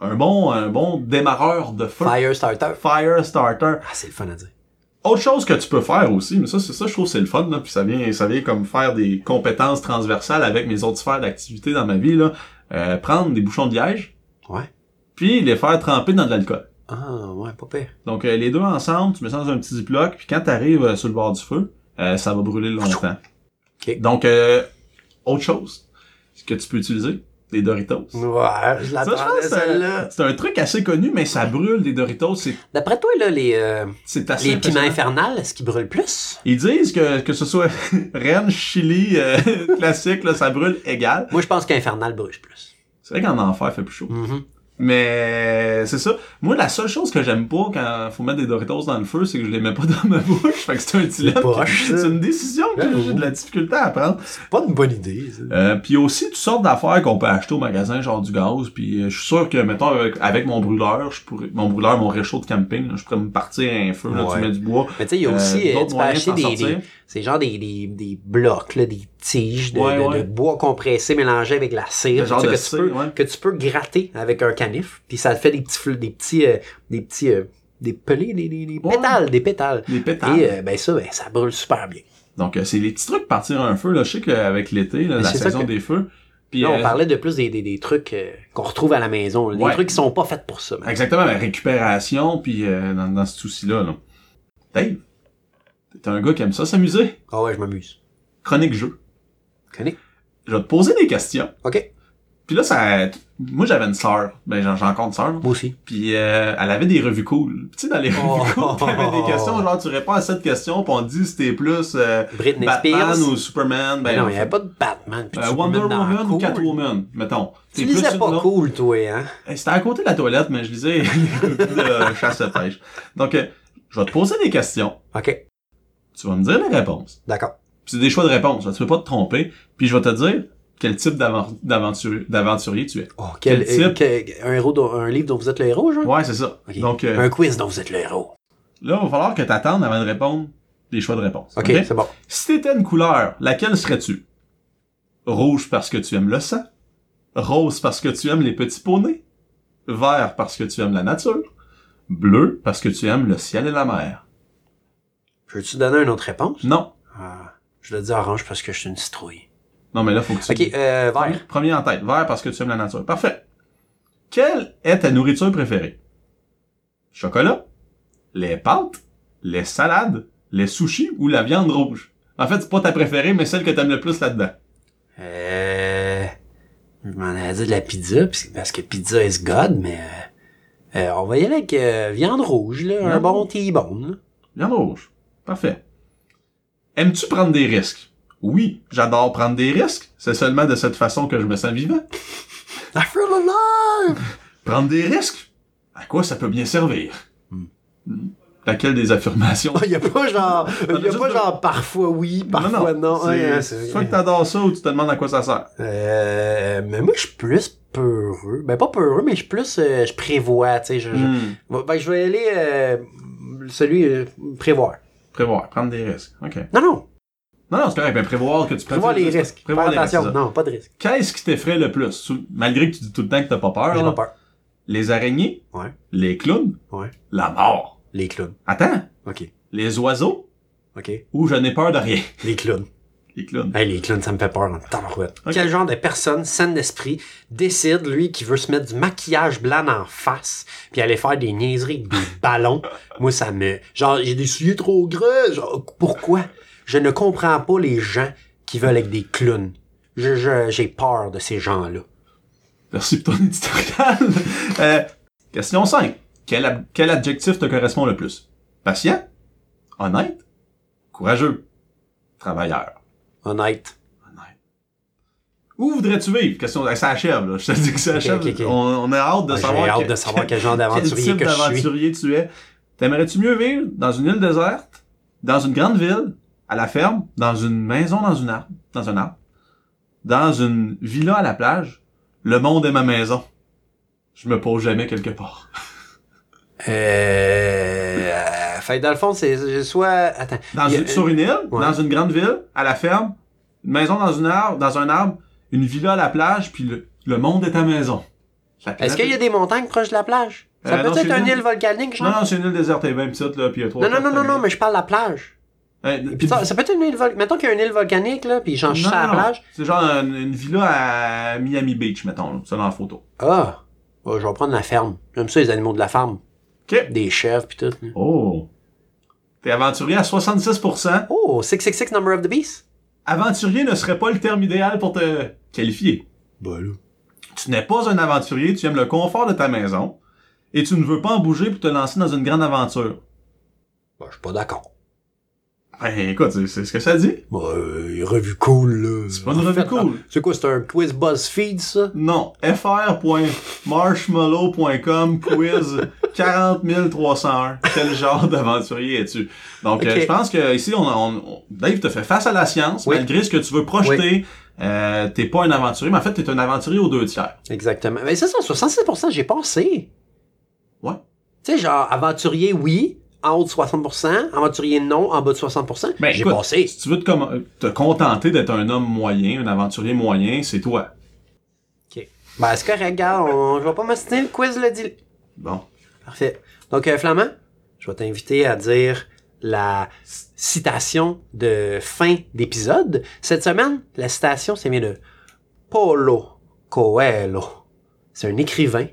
[SPEAKER 2] un bon, un bon démarreur de feu.
[SPEAKER 1] Fire starter.
[SPEAKER 2] Fire starter.
[SPEAKER 1] Ah, c'est le fun à dire.
[SPEAKER 2] Autre chose que tu peux faire aussi, mais ça, c'est ça, je trouve que c'est le fun, là, puis ça vient, ça vient comme faire des compétences transversales avec mes autres sphères d'activité dans ma vie, là. Euh, prendre des bouchons de liège,
[SPEAKER 1] Ouais.
[SPEAKER 2] puis les faire tremper dans de l'alcool.
[SPEAKER 1] Ah, ouais, pas pire.
[SPEAKER 2] Donc, euh, les deux ensemble, tu mets ça dans un petit ziploc, puis quand t'arrives euh, sur le bord du feu, euh, ça va brûler longtemps.
[SPEAKER 1] Ok.
[SPEAKER 2] Donc, euh, autre chose ce que tu peux utiliser, des Doritos.
[SPEAKER 1] Ouais, je
[SPEAKER 2] Ça, je pense,
[SPEAKER 1] l'attendais,
[SPEAKER 2] euh, que c'est un-
[SPEAKER 1] celle-là.
[SPEAKER 2] c'est un truc assez connu, mais ça brûle des Doritos, c'est,
[SPEAKER 1] D'après toi, là, les, euh,
[SPEAKER 2] c'est assez
[SPEAKER 1] les piments
[SPEAKER 2] impressionnant.
[SPEAKER 1] infernales, est-ce qu'ils brûlent plus?
[SPEAKER 2] Ils disent que, que ce soit Rennes, Chili, euh, classique, là, ça brûle égal.
[SPEAKER 1] Moi, je pense qu'infernal brûle plus.
[SPEAKER 2] C'est vrai qu'en enfer, fait plus chaud.
[SPEAKER 1] Mhm.
[SPEAKER 2] Mais c'est ça. Moi, la seule chose que j'aime pas quand faut mettre des Doritos dans le feu, c'est que je les mets pas dans ma bouche. Fait que c'est un dilemme.
[SPEAKER 1] poche, ça.
[SPEAKER 2] C'est une décision que
[SPEAKER 1] J'avoue.
[SPEAKER 2] j'ai de la difficulté à prendre.
[SPEAKER 1] C'est pas une bonne idée, ça.
[SPEAKER 2] Euh, puis aussi, toutes sortes d'affaires qu'on peut acheter au magasin, genre du gaz. Puis euh, je suis sûr que, mettons, avec, avec mon brûleur, je pourrais, mon brûleur, mon réchaud de camping, là, je pourrais me partir un feu. Là,
[SPEAKER 1] Ouais.
[SPEAKER 2] Tu mets du bois.
[SPEAKER 1] Mais tu sais, il y a aussi,
[SPEAKER 2] Euh,
[SPEAKER 1] euh,
[SPEAKER 2] d'autres
[SPEAKER 1] tu peux
[SPEAKER 2] moyens de
[SPEAKER 1] acheter
[SPEAKER 2] s'en
[SPEAKER 1] des,
[SPEAKER 2] sortir.
[SPEAKER 1] des- c'est genre des, des, des blocs, là, des tiges de,
[SPEAKER 2] Ouais,
[SPEAKER 1] de-
[SPEAKER 2] ouais.
[SPEAKER 1] de bois compressé mélangé avec la
[SPEAKER 2] Le
[SPEAKER 1] cire,
[SPEAKER 2] genre
[SPEAKER 1] tu sais,
[SPEAKER 2] de
[SPEAKER 1] que, tu peux,
[SPEAKER 2] cire, ouais.
[SPEAKER 1] que tu peux gratter avec un canif, puis ça fait des petits, fleux- des petits, euh, des petits, euh, des pelés, des, des- des
[SPEAKER 2] Ouais.
[SPEAKER 1] pétales, des pétales.
[SPEAKER 2] Des pétales.
[SPEAKER 1] Et euh, ben ça, ben, ça brûle super bien.
[SPEAKER 2] Donc, euh, c'est les petits trucs partir un feu. Là. Je sais qu'avec l'été, là,
[SPEAKER 1] Mais
[SPEAKER 2] la
[SPEAKER 1] c'est ça
[SPEAKER 2] saison
[SPEAKER 1] que-
[SPEAKER 2] des feux. Puis,
[SPEAKER 1] Là, on
[SPEAKER 2] euh,
[SPEAKER 1] parlait de plus des, des, des trucs euh, qu'on retrouve à la maison, là, des
[SPEAKER 2] Ouais.
[SPEAKER 1] trucs qui sont pas faits pour ça. man.
[SPEAKER 2] Exactement, la récupération, puis euh, dans, dans ce souci-là. Là. Dave, t'es un gars qui aime ça s'amuser.
[SPEAKER 1] Ah ouais, je m'amuse.
[SPEAKER 2] Chronique jeu.
[SPEAKER 1] Connais?
[SPEAKER 2] Je vais te poser des questions.
[SPEAKER 1] Ok.
[SPEAKER 2] Puis là, ça, moi, j'avais une sœur. Ben, j'en- j'ai encore une sœur. là.
[SPEAKER 1] Moi aussi.
[SPEAKER 2] Puis euh, elle avait des revues cool. Tu sais, dans les revues
[SPEAKER 1] Oh.
[SPEAKER 2] cool, t'avais des questions, genre, tu réponds à cette question, puis on te dit si t'es plus euh,
[SPEAKER 1] Britney
[SPEAKER 2] Batman
[SPEAKER 1] Spears.
[SPEAKER 2] ou Superman.
[SPEAKER 1] Mais
[SPEAKER 2] Ben,
[SPEAKER 1] non, il n'y avait pas de Batman. puis
[SPEAKER 2] euh,
[SPEAKER 1] tu
[SPEAKER 2] Wonder
[SPEAKER 1] te mets dans
[SPEAKER 2] Woman ou
[SPEAKER 1] cool.
[SPEAKER 2] Catwoman, mettons.
[SPEAKER 1] Tu
[SPEAKER 2] plus
[SPEAKER 1] lisais
[SPEAKER 2] une
[SPEAKER 1] pas
[SPEAKER 2] autre-
[SPEAKER 1] cool, toi, hein?
[SPEAKER 2] Eh, C'était à côté de la toilette, mais je lisais les revues de chasse à pêche. Donc, euh, je vais te poser des questions.
[SPEAKER 1] Ok,
[SPEAKER 2] Tu vas me dire les réponses.
[SPEAKER 1] d'accord.
[SPEAKER 2] Puis c'est des choix de réponses. là, Tu peux pas te tromper. Puis je vais te dire quel type d'avan- d'aventurier d'aventurier tu es.
[SPEAKER 1] Oh, quel,
[SPEAKER 2] Quel
[SPEAKER 1] quel- un, héros dont- un livre dont vous êtes le héros, genre?
[SPEAKER 2] Ouais, c'est ça.
[SPEAKER 1] Ok.
[SPEAKER 2] Donc, euh,
[SPEAKER 1] Un quiz dont vous êtes le héros.
[SPEAKER 2] là, il va falloir que tu attendes avant de répondre les choix de réponses.
[SPEAKER 1] OK,
[SPEAKER 2] ok?
[SPEAKER 1] c'est bon.
[SPEAKER 2] Si t'étais une couleur, laquelle serais-tu? Rouge parce que tu aimes le sang. Rose parce que tu aimes les petits poneys. Vert parce que tu aimes la nature. Bleu parce que tu aimes le ciel et la mer.
[SPEAKER 1] Peux-tu donner une autre réponse?
[SPEAKER 2] Non.
[SPEAKER 1] Ah, je le dis orange parce que je suis une citrouille.
[SPEAKER 2] Non, mais là, faut que tu...
[SPEAKER 1] OK, euh, vert.
[SPEAKER 2] Premier en tête. Vert parce que tu aimes la nature. Parfait. Quelle est ta nourriture préférée? Chocolat? Les pâtes? Les salades? Les sushis ou la viande rouge? En fait, c'est pas ta préférée, mais celle que t'aimes le plus là-dedans.
[SPEAKER 1] Euh, je m'en avais dit de la pizza, puis- parce que pizza is God, mais... euh, euh, on va y aller avec euh, viande rouge, là, un
[SPEAKER 2] Non.
[SPEAKER 1] bon T-bone. là.
[SPEAKER 2] Viande rouge. Parfait. Aimes-tu prendre des risques? Oui, j'adore prendre des risques. C'est seulement de cette façon que je me sens vivant.
[SPEAKER 1] I feel alive!
[SPEAKER 2] Prendre des risques? À quoi ça peut bien servir? Hmm. Laquelle des affirmations
[SPEAKER 1] Il n'y a pas genre...
[SPEAKER 2] On a
[SPEAKER 1] Il y a
[SPEAKER 2] juste
[SPEAKER 1] pas
[SPEAKER 2] deux.
[SPEAKER 1] genre parfois oui, parfois non. hein,
[SPEAKER 2] C'est-
[SPEAKER 1] Ouais, c'est-
[SPEAKER 2] soit que t'adores ça ou tu te demandes à quoi ça sert.
[SPEAKER 1] Euh, mais moi, je suis plus peureux. Ben, pas peureux, mais je suis plus... euh, je prévois, tu sais. Je, je-
[SPEAKER 2] Hmm.
[SPEAKER 1] Bon, ben, je vais aller euh, celui euh, prévoir.
[SPEAKER 2] Prévoir, prendre des risques. OK.
[SPEAKER 1] Non, non.
[SPEAKER 2] Non, non, c'est correct. Ben, prévoir que tu prends
[SPEAKER 1] Prévoir les risques.
[SPEAKER 2] Prévoir
[SPEAKER 1] Faire
[SPEAKER 2] les risques.
[SPEAKER 1] attention.
[SPEAKER 2] c'est ça.
[SPEAKER 1] Non, pas de risque.
[SPEAKER 2] Qu'est-ce qui t'effraie le plus? Sou- Malgré que tu dis tout le temps que t'as pas peur,
[SPEAKER 1] J'ai
[SPEAKER 2] là.
[SPEAKER 1] pas peur.
[SPEAKER 2] les araignées,
[SPEAKER 1] Ouais.
[SPEAKER 2] les clowns,
[SPEAKER 1] Ouais.
[SPEAKER 2] la mort.
[SPEAKER 1] Les clowns.
[SPEAKER 2] Attends,
[SPEAKER 1] OK.
[SPEAKER 2] les oiseaux,
[SPEAKER 1] OK.
[SPEAKER 2] ou je n'ai peur de rien.
[SPEAKER 1] Les clowns.
[SPEAKER 2] Les clowns.
[SPEAKER 1] Hey, les clowns, ça me fait peur en tabarouette.
[SPEAKER 2] Ok.
[SPEAKER 1] Quel genre de personne saine d'esprit décide, lui, qui veut se mettre du maquillage blanc en face, puis aller faire des niaiseries avec des ballons? Moi, ça me... Genre, j'ai des souliers trop gras. Genre, pourquoi? Je ne comprends pas les gens qui veulent avec des clowns. Je- je- J'ai peur de ces gens-là.
[SPEAKER 2] Merci pour ton éditorial. Euh, question 5. Quel, ab- quel adjectif te correspond le plus? Patient? Honnête? Courageux? Travailleur?
[SPEAKER 1] Honnête.
[SPEAKER 2] Honnête. Où voudrais-tu vivre? Question... eh, Ça achève, là. Je te dis que ça achève.
[SPEAKER 1] ok, ok.
[SPEAKER 2] On, on a hâte de
[SPEAKER 1] J'ai
[SPEAKER 2] savoir...
[SPEAKER 1] hâte
[SPEAKER 2] que-
[SPEAKER 1] de savoir quel genre d'aventurier
[SPEAKER 2] type
[SPEAKER 1] que je suis.
[SPEAKER 2] d'aventurier tu es. T'aimerais-tu mieux vivre dans une île déserte, dans une grande ville, à la ferme, dans une maison, dans une arbre, dans un arbre, dans une villa à la plage? Le monde est ma maison. Je me pose jamais quelque part.
[SPEAKER 1] Euh... Fait que dans le fond, c'est soit... Attends.
[SPEAKER 2] Dans
[SPEAKER 1] Il y a-
[SPEAKER 2] une- sur une île,
[SPEAKER 1] Ouais.
[SPEAKER 2] dans une grande ville, à la ferme, une maison dans une arbre, dans un arbre, une villa à la plage, puis le, le monde est ta maison. La
[SPEAKER 1] Est-ce
[SPEAKER 2] planète-
[SPEAKER 1] qu'il y a des montagnes proches de la plage? Ça
[SPEAKER 2] Euh,
[SPEAKER 1] peut
[SPEAKER 2] non,
[SPEAKER 1] être
[SPEAKER 2] c'est
[SPEAKER 1] une
[SPEAKER 2] une-
[SPEAKER 1] île volcanique, genre?
[SPEAKER 2] Non, non, c'est une île déserte, elle est 20 petites, là, puis il y a trois...
[SPEAKER 1] Non, non, non, non, non, mais je parle de la plage.
[SPEAKER 2] puis,
[SPEAKER 1] Ça, ça peut être une île volcanique. Mettons qu'il y a une île volcanique, là, puis j'en chie à la plage.
[SPEAKER 2] C'est genre une, une villa à Miami Beach, mettons, là, selon la photo.
[SPEAKER 1] Ah! Bah, je vais prendre la ferme. J'aime ça, les animaux de la ferme.
[SPEAKER 2] OK.
[SPEAKER 1] Des chèvres, puis tout.
[SPEAKER 2] Oh. T'es aventurier à 66%.
[SPEAKER 1] Oh! 666 Number of the Beast?
[SPEAKER 2] Aventurier ne serait pas le terme idéal pour te qualifier.
[SPEAKER 1] Bah, là.
[SPEAKER 2] Tu n'es pas un aventurier, tu aimes le confort de ta maison et tu ne veux pas en bouger pour te lancer dans une grande aventure.
[SPEAKER 1] Bah, je suis pas d'accord.
[SPEAKER 2] Ben écoute, c'est c'est ce que ça dit.
[SPEAKER 1] Bah, euh, revue cool, là.
[SPEAKER 2] C'est pas une revue cool.
[SPEAKER 1] C'est quoi, c'est un quiz BuzzFeed, ça?
[SPEAKER 2] Non, fr.marshmallow.com quiz 40301. Quel genre d'aventurier es-tu? Donc,
[SPEAKER 1] Ok.
[SPEAKER 2] euh, je pense que ici, on, on- on- Dave te fait face à la science,
[SPEAKER 1] Oui.
[SPEAKER 2] malgré ce que tu veux projeter. Euh, t'es pas un aventurier, mais en fait, t'es un aventurier aux deux tiers.
[SPEAKER 1] Exactement. Mais c'est ça, 66%, j'ai passé.
[SPEAKER 2] Ouais.
[SPEAKER 1] Tu sais, genre, aventurier, oui. En haut de 60%. Aventurier, non. En bas de 60%.
[SPEAKER 2] Ben,
[SPEAKER 1] j'ai
[SPEAKER 2] écoute,
[SPEAKER 1] passé.
[SPEAKER 2] Si tu veux te, com- te contenter d'être un homme moyen, un aventurier moyen, c'est toi.
[SPEAKER 1] Ben, est-ce que, regarde, on... je vais pas m'assister le quiz, le dit.
[SPEAKER 2] Bon.
[SPEAKER 1] Parfait. Donc, euh, Flamand, je vais t'inviter à dire la citation de fin d'épisode. Cette semaine, la citation, c'est bien de Paulo Coelho. C'est un écrivain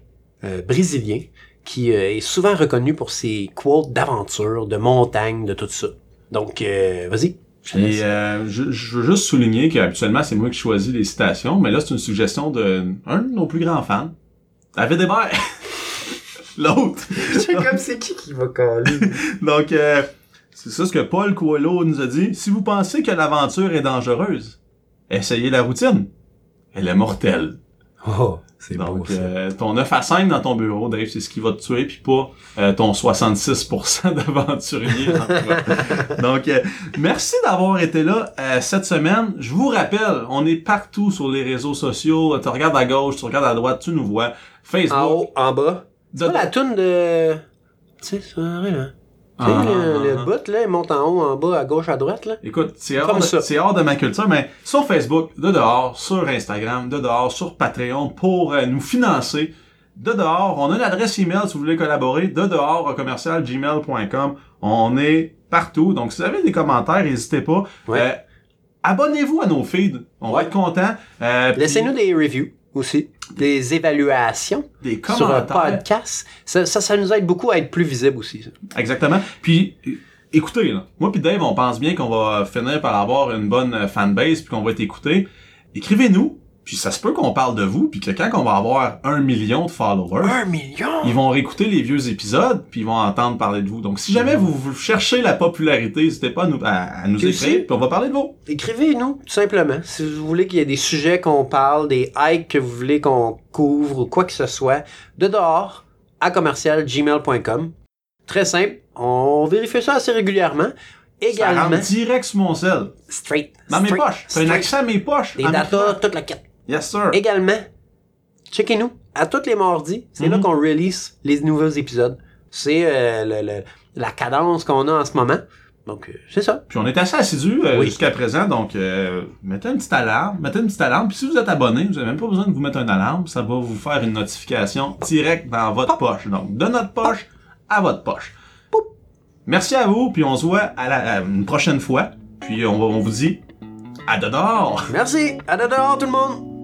[SPEAKER 1] euh, brésilien qui euh, est souvent reconnu pour ses quotes d'aventure, de montagne, de tout ça. Donc, euh, vas-y. je te laisse.
[SPEAKER 2] Et euh, je, je veux juste souligner qu'habituellement, c'est moi qui choisis les citations, mais là, c'est une suggestion de un de nos plus grands fans, David Hébert. L'autre.
[SPEAKER 1] C'est comme c'est qui qui va coller.
[SPEAKER 2] Donc, euh, c'est ça ce que Paul Coelho nous a dit. Si vous pensez que l'aventure est dangereuse, essayez la routine. Elle est mortelle.
[SPEAKER 1] Oh, c'est beau
[SPEAKER 2] Donc,
[SPEAKER 1] ça.
[SPEAKER 2] euh, ton 9 à 5 dans ton bureau, Dave, c'est ce qui va te tuer, puis pas euh, ton 66% d'aventurier. en toi. Donc, euh, merci d'avoir été là euh, cette semaine. Je vous rappelle, on est partout sur les réseaux sociaux. Tu regardes à gauche, tu regardes à droite, tu nous vois.
[SPEAKER 1] En
[SPEAKER 2] Facebook.
[SPEAKER 1] haut, en bas.
[SPEAKER 2] de-
[SPEAKER 1] C'est pas la toune de... Tu sais, c'est vrai, là. Tu sais,
[SPEAKER 2] Ah,
[SPEAKER 1] le, le
[SPEAKER 2] ah, ah.
[SPEAKER 1] bout, là, il monte en haut, en bas, à gauche, à droite, là.
[SPEAKER 2] Écoute, c'est hors,
[SPEAKER 1] Comme
[SPEAKER 2] de-
[SPEAKER 1] ça.
[SPEAKER 2] c'est hors de ma culture, mais sur Facebook, de dehors, sur Instagram, de dehors, sur Patreon, pour euh, nous financer. De dehors, on a une adresse email si vous voulez collaborer. De dehors, euh, commercial, gmail.com. On est partout. Donc, si vous avez des commentaires, n'hésitez pas.
[SPEAKER 1] Ouais.
[SPEAKER 2] Euh, Abonnez-vous à nos feeds. On va
[SPEAKER 1] Ouais.
[SPEAKER 2] être content. Euh, puis
[SPEAKER 1] Laissez-nous des reviews aussi, des évaluations
[SPEAKER 2] des
[SPEAKER 1] sur un
[SPEAKER 2] commentaires.
[SPEAKER 1] podcast. Ça, ça, ça nous aide beaucoup à être plus visibles aussi. ça.
[SPEAKER 2] Exactement. Puis é- écoutez, là, moi puis Dave, on pense bien qu'on va finir par avoir une bonne euh, fanbase puis qu'on va être écouté. Écrivez-nous, puis ça se peut qu'on parle de vous, puis que quand on va avoir un million de followers,
[SPEAKER 1] Un million!
[SPEAKER 2] ils vont réécouter les vieux épisodes puis ils vont entendre parler de vous. Donc si jamais vous, vous cherchez la popularité, n'hésitez pas à nous, à- à nous
[SPEAKER 1] Puis aussi-
[SPEAKER 2] écrire puis on va parler de vous.
[SPEAKER 1] Écrivez-nous, tout simplement. Si vous voulez qu'il y ait des sujets qu'on parle, des hikes que vous voulez qu'on couvre ou quoi que ce soit, de dehors à commercialgmail.com. Très simple, on vérifie ça assez régulièrement.
[SPEAKER 2] Ça rentre
[SPEAKER 1] Également,
[SPEAKER 2] direct sur mon sel,
[SPEAKER 1] straight.
[SPEAKER 2] dans mes
[SPEAKER 1] straight,
[SPEAKER 2] poches. C'est un
[SPEAKER 1] straight.
[SPEAKER 2] accès à mes poches.
[SPEAKER 1] Des
[SPEAKER 2] à mes
[SPEAKER 1] datas,
[SPEAKER 2] poches.
[SPEAKER 1] toute la quête.
[SPEAKER 2] Yes sir.
[SPEAKER 1] Également, checkez-nous à tous les mardis. C'est là
[SPEAKER 2] Mhm.
[SPEAKER 1] qu'on release les nouveaux épisodes. C'est euh, le- le- la cadence qu'on a en ce moment. Donc, euh, c'est ça.
[SPEAKER 2] Puis on est assez assidus euh,
[SPEAKER 1] Oui.
[SPEAKER 2] jusqu'à présent, donc euh, mettez une petite alarme, mettez une petite alarme. Puis si vous êtes abonné, vous avez même pas besoin de vous mettre une alarme, ça va vous faire une notification directe dans votre poche. Donc de notre poche à votre poche. Merci à vous, puis on se voit à la, à une prochaine fois. Puis on, va- on vous dit à dehors.
[SPEAKER 1] Merci. À dehors, tout le monde.